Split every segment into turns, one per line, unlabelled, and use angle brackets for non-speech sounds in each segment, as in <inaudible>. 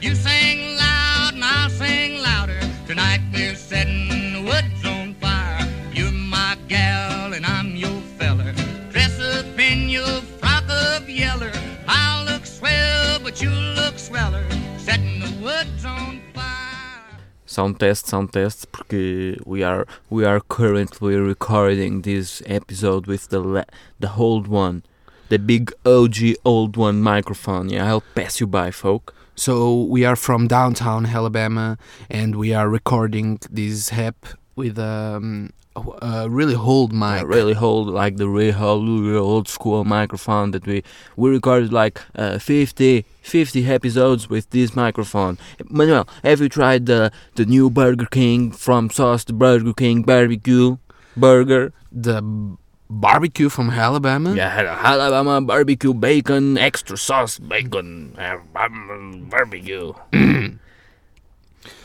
You sing loud and I'll sing louder. Tonight we're setting the woods on fire. You're my gal and I'm your feller. Dress up in your frock of yeller. I'll look swell, but you look sweller. Setting the woods on fire.
Sound test, sound test, porque we are we are currently recording this episode with the la- the old one, the big OG old one microphone. Yeah, I'll pass you by, folk.
So we are from downtown Alabama, and we are recording this app with um, a, a really old
I
mic.
really hold like the real old school microphone that we we recorded like uh, 50 50 episodes with this microphone. Manuel, have you tried the the new Burger King from sauce to Burger King barbecue burger?
The b- barbecue from Alabama.
Yeah, had a Alabama barbecue bacon, extra sauce bacon, uh, um, barbecue.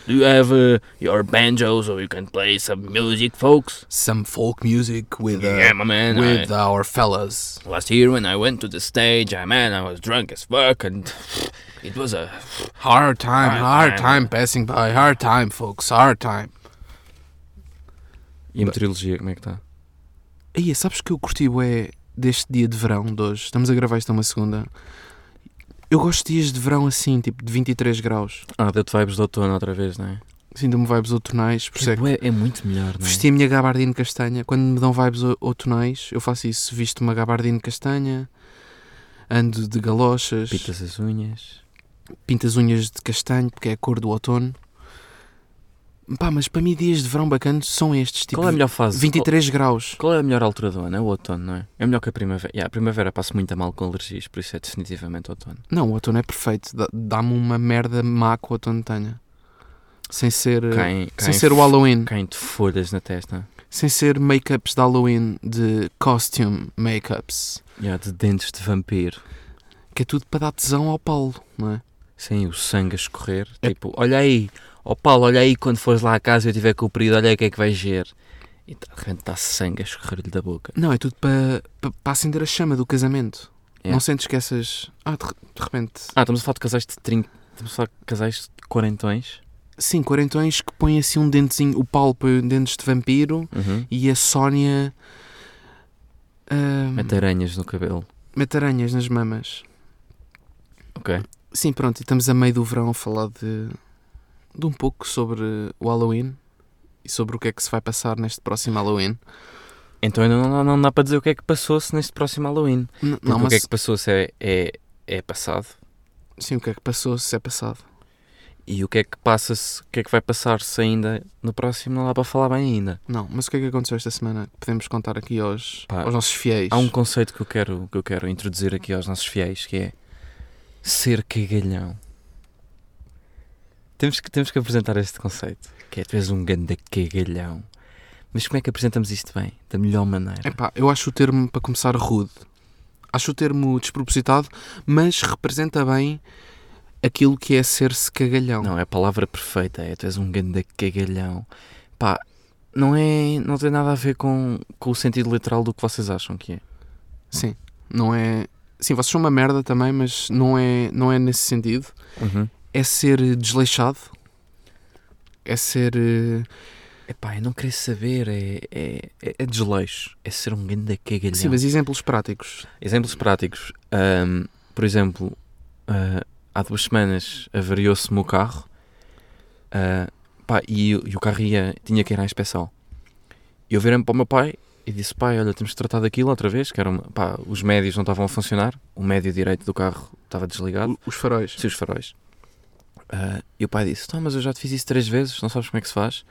Do you have uh, your banjo so you can play some music, folks?
Some folk music with uh,
yeah, my man. I-
with our fellas.
Last year when I went to the stage, I man, I was drunk as fuck, and <sighs> it was a
Hard time,
Hard
hard,
time.
time. passing by. Hard time, folks. Hard time.
E a meteorologia, como é que está?
Aí, sabes que eu curti bué deste dia de verão de hoje? Estamos a gravar isto numa segunda. Eu gosto de dias de verão assim, tipo de 23 graus.
Ah, deu-te vibes de outono outra vez, não é?
Sinto-me vibes outonais, por isso é que
é, muito melhor, não é?
Vesti a minha gabardine castanha. Quando me dão vibes ou- outonais, eu faço isso. Visto uma gabardine castanha, ando de galochas,
Pitas as unhas.
pinto as unhas de castanho, porque é a cor do outono. Pá, mas para mim dias de verão bacanas são estes, tipo
Qual é a melhor fase?
23 graus.
Qual é a melhor altura do ano? É o outono, não é? É melhor que a primavera. Yeah, a primavera passa muito a mal com alergias, por isso é definitivamente outono.
Não, o outono é perfeito. Dá- Dá-me uma merda má que o outono tenha. Sem ser, eh,
Caem,
sem
caem,
ser o
f-
Halloween.
caem de folhas na testa.
Sem ser make-ups de Halloween, de costume make-ups.
Yeah, de dentes de vampiro.
Que é tudo para dar tesão ao Paulo, não é?
Sem o sangue a escorrer.
É-
Tipo, olha aí, ó Paulo, olha aí quando fores lá à casa e eu tiver com o perigo, olha aí o que é que vais ver. E de repente está sangue a escorrer-lhe da boca.
Não, é tudo para pa, pa acender a chama do casamento.
Yeah.
Não sentes que essas. Ah, de, re- de repente.
Ah, estamos a falar de casais de 30. Estamos a falar de casais de quarentões.
Sim, quarentões que põem assim um dentezinho. O Paulo põe dentes de vampiro
Uhum.
e a Sónia. ah,
Mete aranhas no cabelo.
mete aranhas nas mamas.
Ok.
Sim, pronto, e estamos a meio do verão a falar de. de um pouco sobre o Halloween e sobre o que é que se vai passar neste próximo Halloween.
Então ainda não, não, não dá para dizer o que é que passou-se neste próximo Halloween.
N-
Porque
não,
o que é
mas.
que passou-se é, é, é passado.
Sim, o que é que passou, se é passado.
E o que é que passa-se, o que é que vai passar-se ainda no próximo, não dá para falar bem ainda.
Não, mas o que é que aconteceu esta semana que podemos contar aqui aos,
Pá,
aos nossos fiéis?
Há um conceito que eu quero, que eu quero introduzir aqui aos nossos fiéis, que é ser cagalhão. Temos que, temos que apresentar este conceito, que é tu és um ganda cagalhão. Mas como é que apresentamos isto bem? Da melhor maneira.
Epá, eu acho o termo, para começar, rude. Acho o termo despropositado, mas representa bem aquilo que é ser-se cagalhão.
Não, é a palavra perfeita, é tu és um ganda cagalhão. Pá, não é, não tem nada a ver com, com o sentido literal do que vocês acham que é.
Sim, não é... Sim, vocês são uma merda também, mas não é, não é nesse sentido. É ser desleixado. É ser... eh,
Epá, eu não queria saber, é, é, é- é desleixo, é ser um ganda cagalhão.
Sim, mas exemplos práticos.
Exemplos práticos, Ahm, por exemplo, ah, há duas semanas avariou-se o meu carro Ah, pá, e, e o carro ia, tinha que ir à inspeção. E eu virei-me para o meu pai e disse: Pai, olha, temos de tratar daquilo outra vez. Que era uma- pá, os médios não estavam a funcionar, o médio direito do carro estava desligado,
Os faróis.
se os faróis. Ah, e o pai disse: Tá, mas eu já te fiz isso três vezes, não sabes como é que se faz?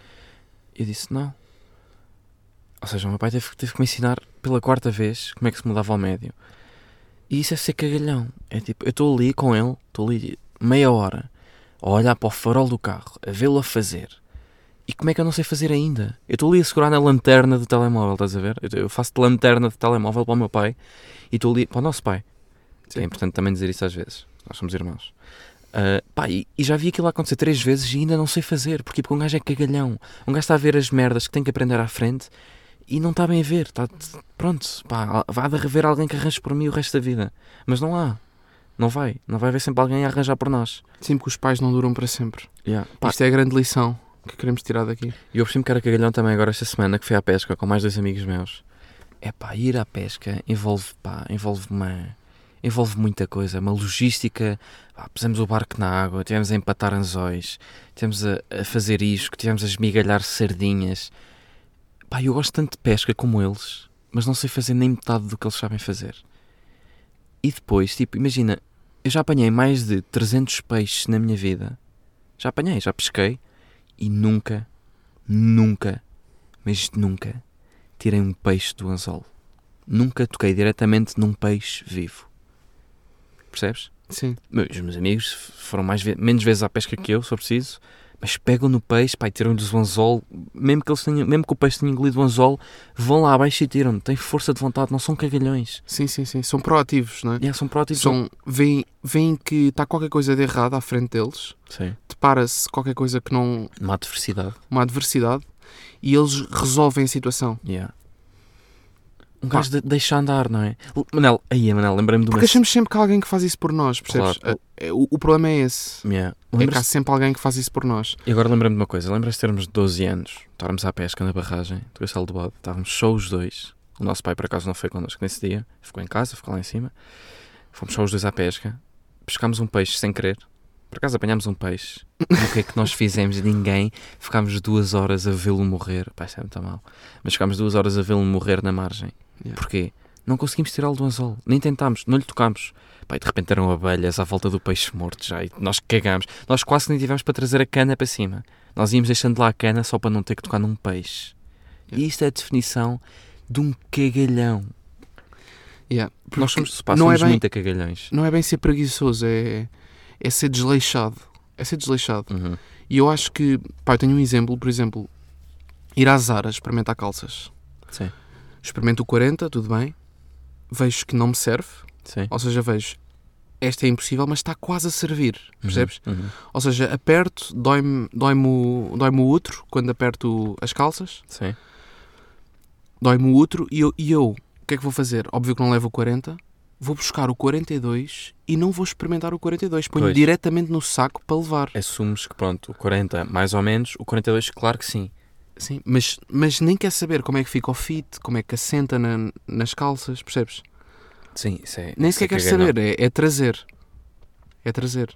E eu disse: Não. Ou seja, o meu pai teve, teve que me ensinar pela quarta vez como é que se mudava ao médio. E isso é ser cagalhão. É tipo, eu estou ali com ele, estou ali meia hora, a olhar para o farol do carro, a vê-lo a fazer. E como é que eu não sei fazer ainda? Eu estou ali a segurar na lanterna do telemóvel, estás a ver? Eu, eu faço de lanterna de telemóvel para o meu pai e estou ali para o nosso pai.
Sim.
É importante também dizer isso às vezes. Nós somos irmãos. Ah, pá, e, e já vi aquilo acontecer três vezes e ainda não sei fazer, porque, porque um gajo é cagalhão. Um gajo está a ver as merdas que tem que aprender à frente e não está bem a Tá, ver. Está, pronto, pá, há de haver alguém que arranje por mim o resto da vida. Mas não há. Não vai. Não vai haver sempre alguém a arranjar por nós.
Sempre que os pais não duram para sempre.
Yeah. Pá,
Isto é a grande lição que queremos tirar daqui.
E eu percebi-me que era cagalhão também agora esta semana, que fui à pesca com mais dois amigos meus. É pá, ir à pesca envolve, pá, envolve uma... Envolve muita coisa, uma logística. Pá, pusemos o barco na água, tivemos a empatar anzóis, tivemos a, a fazer isco, tivemos a esmigalhar sardinhas. Pá, eu gosto tanto de pesca como eles, mas não sei fazer nem metade do que eles sabem fazer. E depois, tipo, imagina, eu já apanhei mais de 300 peixes na minha vida. Já apanhei, já pesquei e nunca nunca, mas nunca, tirei um peixe do anzol. Nunca toquei diretamente num peixe vivo. Percebes?
Sim.
Meus- Os meus amigos foram mais ve- menos vezes à pesca que eu, se for preciso, mas pegam no peixe, pá, e tiram-lhes o anzol, mesmo que, eles tenham, mesmo que o peixe tenha engolido o anzol, vão lá abaixo e tiram-no. Têm força de vontade, não são cagalhões.
Sim, sim, sim. São proativos, não é?
Yeah, são proativos.
São, veem, veem que está qualquer coisa de errado à frente deles,
Sim.
depara-se qualquer coisa que não.
Uma adversidade.
uma adversidade, e eles resolvem a situação.
Yeah. Um gajo de, deixa andar, não é? L- Manel, aí, Manel, lembrei-me de uma...
Porque achamos sempre que há alguém que faz isso por nós, percebes?
Claro.
A- é- O, o problema é esse.
Yeah.
É que
Lembras-te-
há sempre alguém que faz isso por nós.
E agora lembra-me de uma coisa, lembras-te de termos 12 anos, estarmos à pesca na barragem do Castelo do Bode, estávamos só os dois, o nosso pai por acaso não foi connosco nesse dia, ficou em casa, ficou lá em cima, fomos só os dois à pesca, pescámos um peixe sem querer, por acaso apanhámos um peixe, e o que é que nós fizemos? Ninguém, ficámos duas horas a vê-lo morrer, pá, isto é muito mal, mas ficámos duas horas a vê-lo morrer na margem,
Yeah.
porquê? Não conseguimos tirá-lo do anzol, nem tentámos, não lhe tocámos. Pá, e de repente eram abelhas à volta do peixe morto já, e nós cagámos. Nós quase nem tivemos para trazer a cana para cima. Nós íamos deixando lá a cana só para não ter que tocar num peixe. E isto é a definição de um cagalhão.
Yeah.
Nós somos, pá,
não é
somos
bem-
muito a cagalhões.
Não é bem ser preguiçoso, é, é ser desleixado. É ser desleixado.
Uhum.
E eu acho que. Pá, eu tenho um exemplo, por exemplo, ir à Zara experimentar calças.
Sim,
Experimento o 40, tudo bem. Vejo que não me serve.
sim.
Ou seja, vejo, esta é impossível, mas está quase a servir, percebes?
Uhum.
Ou seja, aperto, dói-me dói o, dói o outro quando aperto as calças,
Sim.
dói-me o outro e eu, e eu, o que é que vou fazer? Óbvio que não levo o 40, vou buscar o 42 e não vou experimentar o 42, ponho
Pois.
diretamente no saco para levar.
Assumes que pronto, o 40 mais ou menos, o 42 claro que sim.
Sim, mas, mas nem quer saber como é que fica o fit, como é que assenta na- nas calças, percebes?
Sim, isso é... isso
Nem
é
sequer queres
cagalhão.
saber, é, é trazer. É trazer.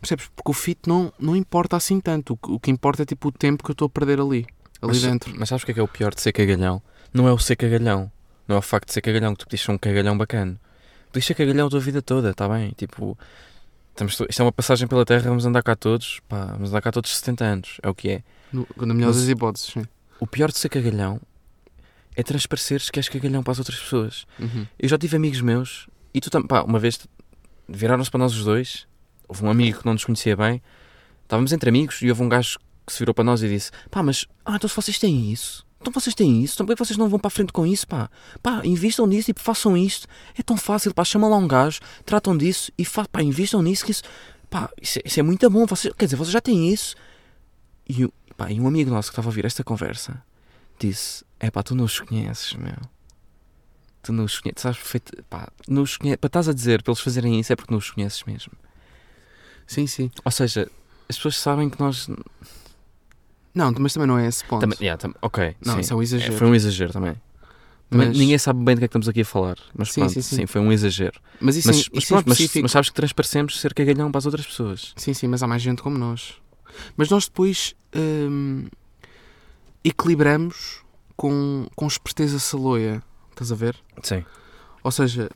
Percebes? Porque o fit não, não importa assim tanto. O que, o que importa é tipo o tempo que eu estou a perder ali. Ali
mas,
dentro.
Mas sabes o que é, que é o pior de ser cagalhão? Não é o ser cagalhão. Não é o facto de ser cagalhão, que tu podias ser um cagalhão bacana. Podias ser cagalhão a tua vida toda, está bem? Tipo, estamos, to- isto é uma passagem pela Terra, vamos andar cá todos, pá, vamos andar cá todos 70 anos, é o que é.
No, na melhor
mas-
das hipóteses. Sim.
O pior de ser cagalhão é transpareceres que és cagalhão para as outras pessoas.
Uhum.
Eu já tive amigos meus, e tu também, pá, uma vez viraram-se para nós os dois, houve um amigo que não nos conhecia bem, estávamos entre amigos e houve um gajo que se virou para nós e disse: pá, mas, ah, então se vocês têm isso, então vocês têm isso, então porquê que vocês não vão para a frente com isso, pá? Pá, invistam nisso, tipo, façam isto, é tão fácil, pá, chama lá um gajo, tratam disso e fa pá, invistam nisso, que isso, pá, isso é, isso é muito bom, vocês, quer dizer, vocês já têm isso. E, o- pá, e um amigo nosso que estava a ouvir esta conversa disse: é pá, tu não os conheces, meu. Tu não os conheces, tu sabes perfeito, pá, não os conheces, para estás a dizer para eles fazerem isso é porque não os conheces mesmo.
sim, sim.
Ou seja, as pessoas sabem que nós.
Não, mas também não é esse ponto.
Também, yeah, tam- ok,
não,
sim.
isso é um
É,
exagero.
foi um exagero também.
Mas-
Ninguém sabe bem do que é que estamos aqui a falar, mas
Sim,
pronto,
sim,
sim,
sim.
foi um exagero.
Mas isso,
mas,
em,
mas
isso em
pronto, mas,
específico.
mas sabes que transparecemos ser cagalhão para as outras pessoas.
Sim, sim, mas há mais gente como nós. Mas nós depois hum, equilibramos com, com esperteza saloia. Estás a ver?
Sim.
Ou seja,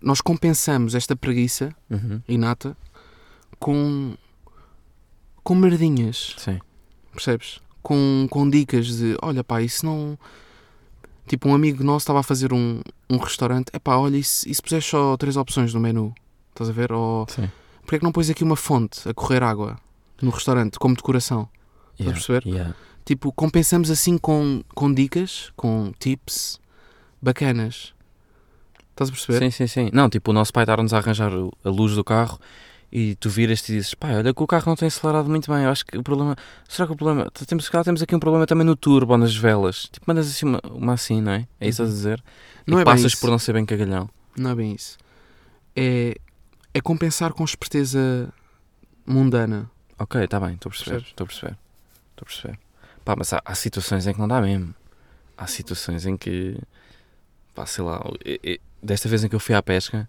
nós compensamos esta preguiça
Uhum.
inata com com merdinhas,
Sim.
percebes? Com, com dicas de, olha pá, isso não... Tipo, um amigo nosso estava a fazer um, um restaurante, é pá, olha, e se, e se puseres só três opções no menu? Estás a ver? Ou,
Sim.
porque é que não pões aqui uma fonte a correr água no restaurante, como decoração?
Yeah,
perceber?
yeah.
Tipo, compensamos assim com, com dicas, com tips bacanas. Estás a perceber?
Sim, sim, sim. Não, tipo, o nosso pai estar-nos a arranjar o- a luz do carro e tu viras-te e dizes, pai, olha que o carro não tem acelerado muito bem, eu acho que o problema... Será que o problema... t- Temos, se calhar temos aqui um problema também no turbo ou nas velas. Tipo, mandas assim uma, uma assim, não é? É isso a dizer?
Uhum. Não
e
é bem
passas
isso.
por não ser bem cagalhão.
Não é bem isso. é, é compensar com esperteza mundana.
Ok, está bem, estou a perceber,
Percebes?
estou a perceber, estou a perceber. Pá, mas há, há situações em que não dá mesmo. Há situações em que, pá, sei lá, e- e- desta vez em que eu fui à pesca,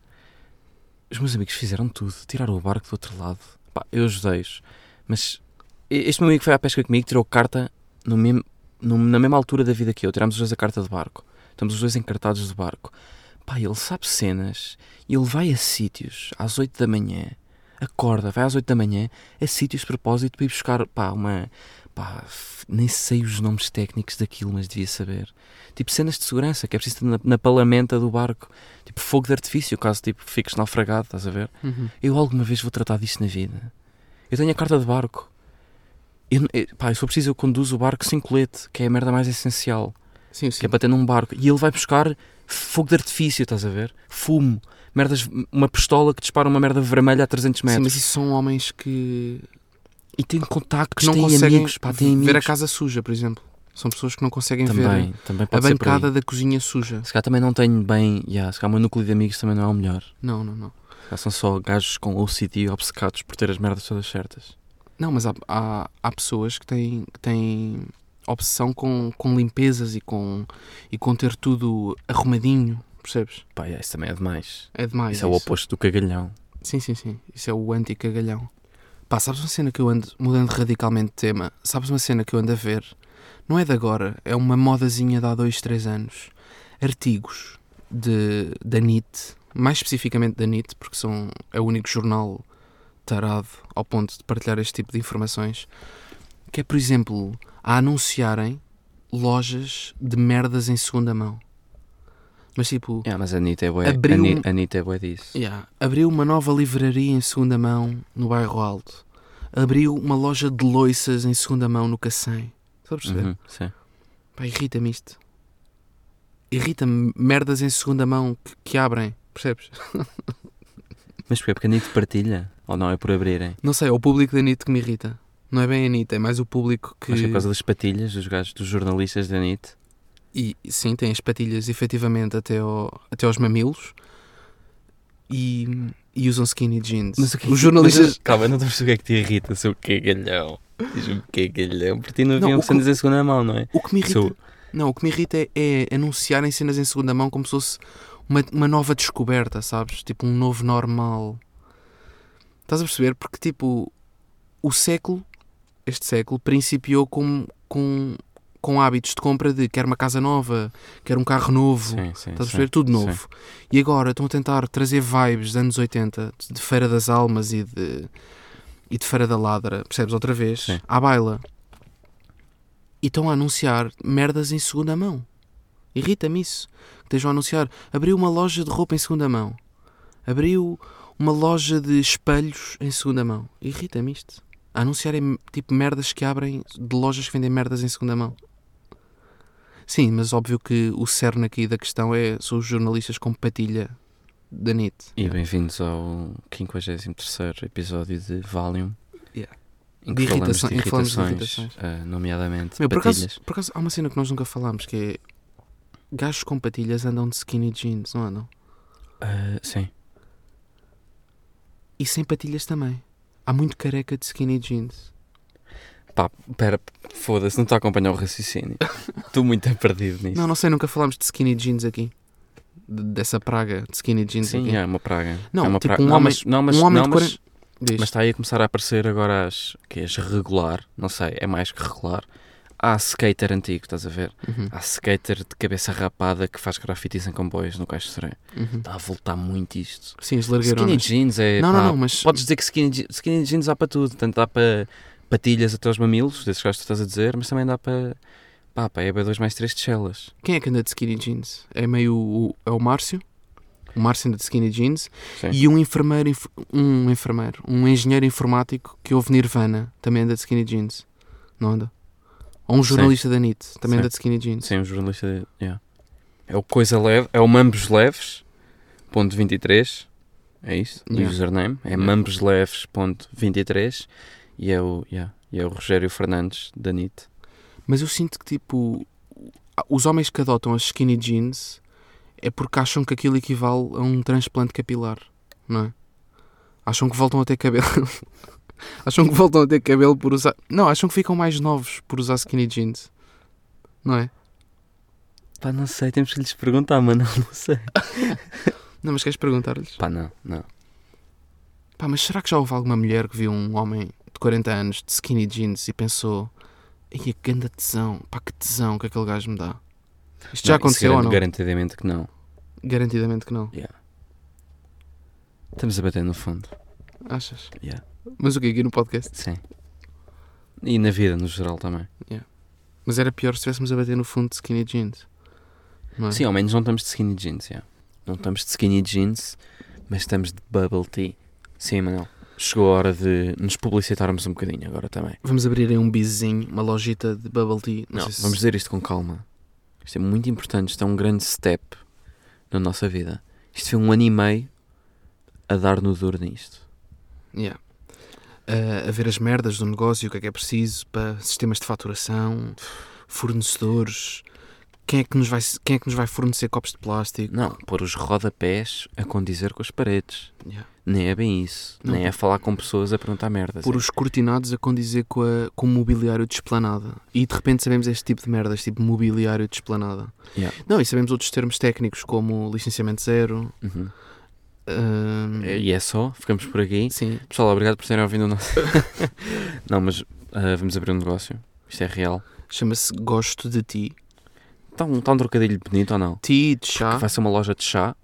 os meus amigos fizeram tudo, tiraram o barco do outro lado. Pá, eu ajudei-os, mas e- este meu amigo que foi à pesca comigo, tirou carta no mesmo, no- na mesma altura da vida que eu, tirámos os dois a carta de barco. Estamos os dois encartados de barco. Pá, ele sabe cenas, ele vai a sítios às 8 da manhã, acorda, vai às 8 da manhã, a É sítios de propósito para ir buscar, pá, uma. pá, f- nem sei os nomes técnicos daquilo, mas devia saber. Tipo cenas de segurança, que é preciso ter na, na palamenta do barco, tipo fogo de artifício, caso tipo fiques naufragado, estás a ver? Eu alguma vez vou tratar disto na vida. Eu tenho a carta de barco. Eu, n- eu, pá, eu sou preciso, eu conduzo o barco sem colete, que é a merda mais essencial
Sim, sim.
que é bater num barco. E ele vai buscar fogo de artifício, estás a ver? Fumo, merdas, uma pistola que dispara uma merda vermelha a 300
Sim,
metros.
mas isso são homens que,
E tem contactos,
que não
tem
conseguem
amigos, pá, tem amigos.
ver a casa suja, por exemplo. São pessoas que não conseguem ver
também, também
a
pode ser por aí.
bancada da cozinha suja.
Se calhar também não tenho bem, yeah, se calhar o meu núcleo de amigos também não é o melhor.
Não, não, não.
Se calhar são só gajos com OCD obcecados por ter as merdas todas certas.
Não, mas há, há, há pessoas que têm, que têm obsessão com, com limpezas e com, e com ter tudo arrumadinho, percebes?
Pá, yeah, isso também é demais.
É demais.
isso é o oposto do cagalhão.
Sim, sim, sim. Isso é o anti-cagalhão. Pá, sabes uma cena que eu ando, mudando radicalmente de tema, sabes uma cena que eu ando a ver? Não é de agora, é uma modazinha de há dois, três anos. Artigos de, da NIT, mais especificamente da NIT, porque são, é o único jornal tarado ao ponto de partilhar este tipo de informações, que é, por exemplo, a anunciarem lojas de merdas em segunda mão. Mas tipo,
Yeah, mas a Anitta é boa,
Abriu-
a Anitta é boa disso.
Yeah. Abriu uma nova livraria em segunda mão no bairro Alto. Abriu uma loja de loiças em segunda mão no Cacém. Estás a perceber?
Uhum, sim.
Pá, irrita-me isto. Irrita-me merdas em segunda mão que, que abrem. Percebes?
Mas porque é porque a Anitta partilha? Ou não, é por abrirem?
Não sei, é o público da NIT que me irrita. Não é bem a NIT, é mais o público que.
Acho que é por causa das patilhas dos gajos, dos jornalistas da Anitta.
E sim, tem as patilhas efetivamente até, ao, até aos mamilos. E, e usam skinny jeans.
Mas o que é
Os
que-
jornalistas.
mas eu- calma, eu não estou a perceber o que é que te irrita, seu cagalhão. Diz-me é cagalhão. Por ti não
Não,
haviam
o que-
cenas em segunda mão, não é?
O que me irrita.
Sou-
Não, o que me irrita é, é anunciarem cenas em segunda mão como se fosse uma, uma nova descoberta, sabes? Tipo, um novo normal. Estás a perceber? Porque, tipo, o século, este século, principiou com, com, com hábitos de compra de quer uma casa nova, quer um carro novo.
Sim, sim.
Estás a
sim,
perceber? Tudo
sim.
novo. E agora estão a tentar trazer vibes dos anos 80, de Feira das Almas e de, e de Feira da Ladra, percebes? Outra vez,
Sim.
à baila. E estão a anunciar merdas em segunda mão. Irrita-me isso. Que Estejam a anunciar. Abriu uma loja de roupa em segunda mão. Abriu uma loja de espelhos em segunda mão. Irrita-me isto. A anunciarem tipo merdas que abrem de lojas que vendem merdas em segunda mão. Sim, mas óbvio que o cerne aqui da questão é são os jornalistas com patilha da NIT.
E bem-vindos ao 53 episódio de Valium.
Yeah.
Em
De
que falamos
irritação-
de
em que falamos
irritações,
de irritações.
ah, nomeadamente
Meu, por,
patilhas.
acaso, por acaso há uma cena que nós nunca falámos que é gajos com patilhas andam de skinny jeans, não andam?
Ah, sim.
E sem patilhas também. Há muito careca de skinny jeans.
Pá, pera, foda-se, não estou a acompanhar o raciocínio. Estou muito é perdido nisso.
Não, não sei, nunca falámos de skinny jeans aqui. De- dessa praga de skinny jeans
Sim,
aqui.
é uma praga.
Não,
é uma
tipo
praga.
um
não,
homem-
mas, não, mas,
um homem
não,
de
mas-
40
Mas
Diz.
tá. está aí a começar a aparecer agora as, que é as regular, não sei, é mais que regular. Há skater antigo, estás a ver?
Uhum,
Há skater de cabeça rapada que faz grafites em comboios no Caixo Serém.
uhum.
Está a voltar muito isto.
Sim, as largueironas.
Skinny jeans é.
Não,
pá,
não, não, mas-
Podes dizer que skinny, je- skinny jeans dá para tudo. Tanto dá para patilhas até aos mamilos, desses gajos que tu estás a dizer, mas também dá para. Pá, para EB2 mais 3 de chelas.
Quem é que anda de skinny jeans? É meio o, é o Márcio. O Márcio anda de skinny jeans.
Sim.
E um enfermeiro, inf- um enfermeiro, um engenheiro informático que ouve Nirvana também anda de skinny jeans. Não anda? Ou um jornalista da NIT também
Sim.
anda de skinny jeans.
Sim, um jornalista. yeah. É o coisa leve, é o Mambos Leves, ponto 23. É isso?
Yeah.
O username. É Mambos Leves, ponto 23. E é o, yeah, e é o Rogério Fernandes, da NIT.
Mas eu sinto que, tipo, os homens que adotam as skinny jeans é porque acham que aquilo equivale a um transplante capilar. não é? Acham que voltam a ter cabelo. <laughs> acham que voltam a ter cabelo por usar. Não, acham que ficam mais novos por usar skinny jeans. Não é?
Pá, não sei, temos que lhes perguntar, mano. Não sei.
Não, mas queres perguntar-lhes?
Pá, não, não.
Pá, mas será que já houve alguma mulher que viu um homem de 40 anos de skinny jeans e pensou: Ei, que ganda tesão, pá, que tesão que aquele gajo me dá? Isto já
Não, isso
aconteceu ou
garanto-
não?
Garantidamente que não.
Garantidamente que não,
Estamos a bater no fundo.
achas?
Yeah.
Mas o que aqui no podcast?
Sim. E na vida, no geral, também.
Mas era pior se estivéssemos a bater no fundo de skinny jeans. Não é?
Sim, ao menos não estamos de skinny jeans, yeah. Não estamos de skinny jeans, mas estamos de bubble tea. Sim, Manel. Chegou a hora de nos publicitarmos um bocadinho agora também.
Vamos abrir aí um bizinho, uma lojita de bubble tea.
Não,
sei se-
vamos dizer isto com calma. Isto é muito importante, isto é um grande step na nossa vida. Isto foi um ano e meio a dar no duro nisto.
Yeah. Uh, a ver as merdas do negócio, o que é que é preciso para sistemas de faturação, fornecedores, quem é que nos vai, quem é que nos vai fornecer copos de plástico.
Não, pôr os rodapés a condizer com as paredes.
Yeah.
Nem é bem isso.
Não,
Nem é falar com pessoas a perguntar merdas.
Pôr
é.
os cortinados a condizer com, a- com o mobiliário de esplanada. E de repente sabemos este tipo de merdas, tipo mobiliário de esplanada.
Yeah.
Não, e sabemos outros termos técnicos como licenciamento zero.
Uhum.
ahm,
E é só, ficamos por aqui.
Sim,
Pessoal, obrigado por terem ouvido o nosso. não, mas ah, vamos abrir um negócio. Isto é real.
chama-se Gosto de Ti.
Está um, está um trocadilho bonito ou não?
Ti de chá.
Que vai ser uma loja de chá.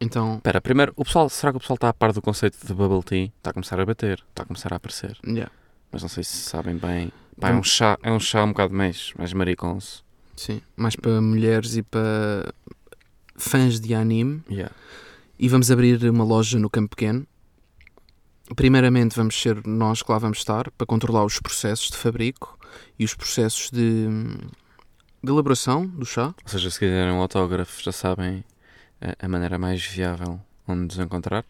Então,
Espera, primeiro, o pessoal, será que o pessoal está a par do conceito de bubble tea? Está a começar a bater, está a começar a aparecer.
yeah,
Mas não sei se sabem bem. Pá, é um chá, é um chá um bocado mais, mais mariconso.
sim. Mais para mulheres e para fãs de anime.
Yeah.
E vamos abrir uma loja no Campo Pequeno. Primeiramente vamos ser nós que lá vamos estar para controlar os processos de fabrico e os processos de, hum, de elaboração do chá.
Ou seja, se quiserem um autógrafo, já sabem eh, a, a maneira mais viável onde nos encontrar.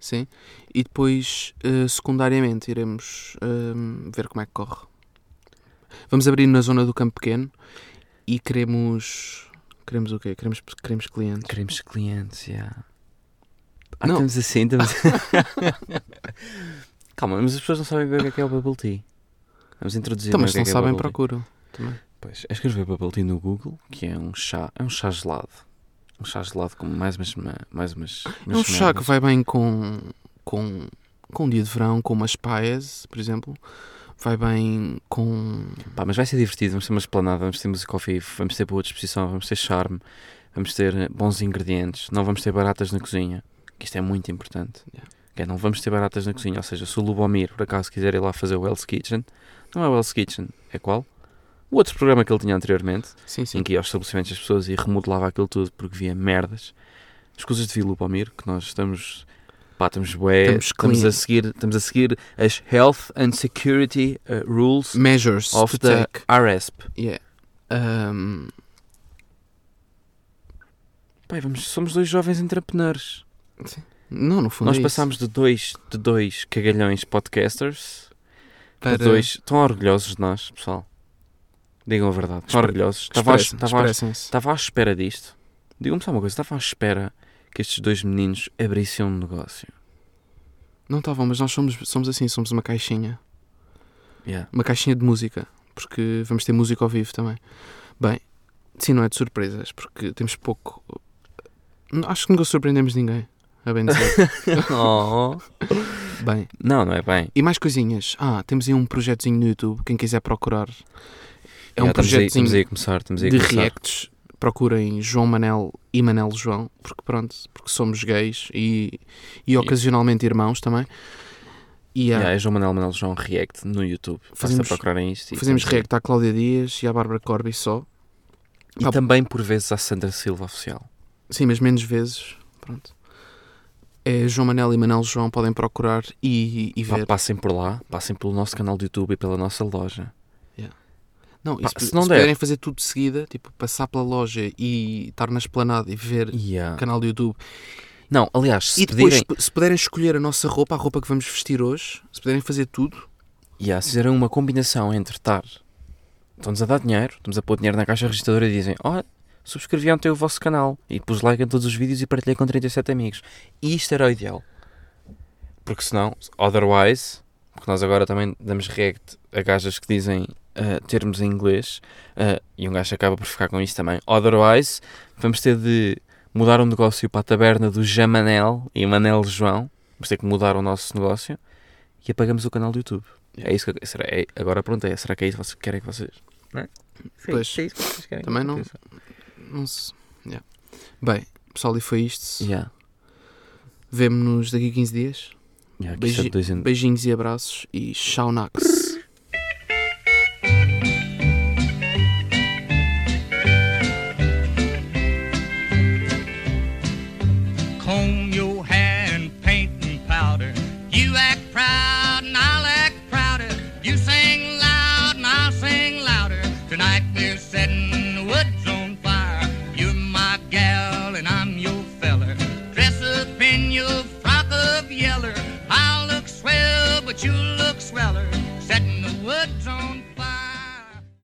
Sim. E depois, eh, secundariamente, iremos eh, ver como é que corre. Vamos abrir na zona do Campo Pequeno e queremos. Queremos o quê? Queremos, queremos clientes.
Queremos clientes, já. Ah,
Não.
estamos assim, estamos... <laughs> Calma, mas as pessoas não sabem bem o que é que é o Bubble Tea. Vamos introduzir
Também,
bem o
Então, se
que é
não
que é
sabem,
Bubble Tea.
procuram.
Pois, é escrever Bubble Tea no Google, que é um chá, é um chá gelado. Um chá gelado com mais umas... ma- Mais umas,
É um chá que vai bem com, com, com um dia de verão, com umas paias, por exemplo. Vai bem com.
Pá, mas vai ser divertido, vamos ter uma esplanada, vamos ter música ao vivo, vamos ter boa disposição, vamos ter charme, vamos ter eh, bons ingredientes, não vamos ter baratas na cozinha, que isto é muito importante.
Yeah.
Que é, não vamos ter baratas na cozinha, ou seja, se o Lubomir por acaso quiser ir lá fazer o Hell's Kitchen, não é o Hell's Kitchen, é qual? O outro programa que ele tinha anteriormente,
Sim,
em que ia aos estabelecimentos das pessoas e remodelava aquilo tudo porque via merdas. Escusas de vir, Lubomir, que nós estamos. Pá, estamos bué,
Estamos
estamos,
clean.
a seguir, estamos a seguir as Health and Security eh, Rules
Measures
of
to
the
take.
RSP.
Yeah. Um,
Pai, vamos, somos dois jovens entrepreneurs.
não, no fundo.
Nós
é isso.
passámos de dois, de dois cagalhões podcasters para...
para
dois. Estão orgulhosos de nós, pessoal. Digam a verdade. Estão
Expre-
orgulhosos. Estava à-
Expressem-
Estava à-
expressem-se.
estava à espera disto. Digam-me só uma coisa. Estava à espera que estes dois meninos abrissem um negócio.
Não estavam, mas nós somos, somos assim, somos uma caixinha.
Yeah.
<laughs> Uma caixinha de música, porque vamos ter música ao vivo também. Bem, sim, não é de surpresas, porque temos pouco. Não, Acho que nunca surpreendemos ninguém, a
<laughs>
bem dizer. Oh. bem,
Não, não é bem.
e mais coisinhas. Ah, temos aí um projetozinho no YouTube, quem quiser procurar. É
Já, estamos aí-
um
Estamos
projetozinho
aí a começar. Estamos aí a
de
começar.
reacts. Procurem João Manel e Manel João, porque pronto, porque somos gays e, e ocasionalmente irmãos também. E há-
Yeah, é João Manuel Manuel João React no YouTube. Fazemos,
Fazemos-
Basta procurarem isto. e
Fazemos
estamos aí.
react à Cláudia Dias e à Bárbara Corby só.
E
Ah,
também, por vezes, à Sandra Silva Oficial.
Sim, mas menos vezes. Pronto. É João Manel e Manel João podem procurar e, e
Pá,
ver.
passem por lá, passem pelo nosso canal de YouTube e pela nossa loja.
não, e
pá,
se,
se não
se
der-
puderem fazer tudo de seguida, tipo passar pela loja e estar na esplanada e ver o canal do YouTube.
Não, aliás, se
e depois,
pedirem,
se puderem escolher a nossa roupa, a roupa que vamos vestir hoje, se puderem fazer tudo,
Yeah, se fizerem uma combinação entre estar, estão-nos a dar dinheiro, estamos a pôr dinheiro na caixa registradora e dizem: Ó, subscrevi ontem o vosso canal e pus like em todos os vídeos e partilhei com 37 amigos. E isto era o ideal. Porque senão, otherwise, porque nós agora também damos react a gajas que dizem ah, termos em inglês ah, e um gajo acaba por ficar com isso também. Otherwise, vamos ter de mudar o negócio para a taberna do Jamanel e Manel João. Vamos ter que mudar o nosso negócio e apagamos o canal do YouTube. É isso que eu- será, é- agora a pergunta é, será que é isso que vocês querem que vocês... Não é? Sim,
Pois.
é isso que vocês querem.
Também não- Não se... yeah. Bem, pessoal, e foi isto.
Yeah.
Vemo-nos daqui a 15 dias.
Yeah, aqui
Beiji-
está dois em-
Beijinhos e abraços e tchau, Nax.
comb your hair and paint and powder. You act proud and I'll act prouder. You sing loud and I'll sing louder. Tonight we're setting the woods on fire. You're my gal and I'm your feller. Dress up in your frock of yeller. I'll look swell, but you look sweller. Setting the woods on fire.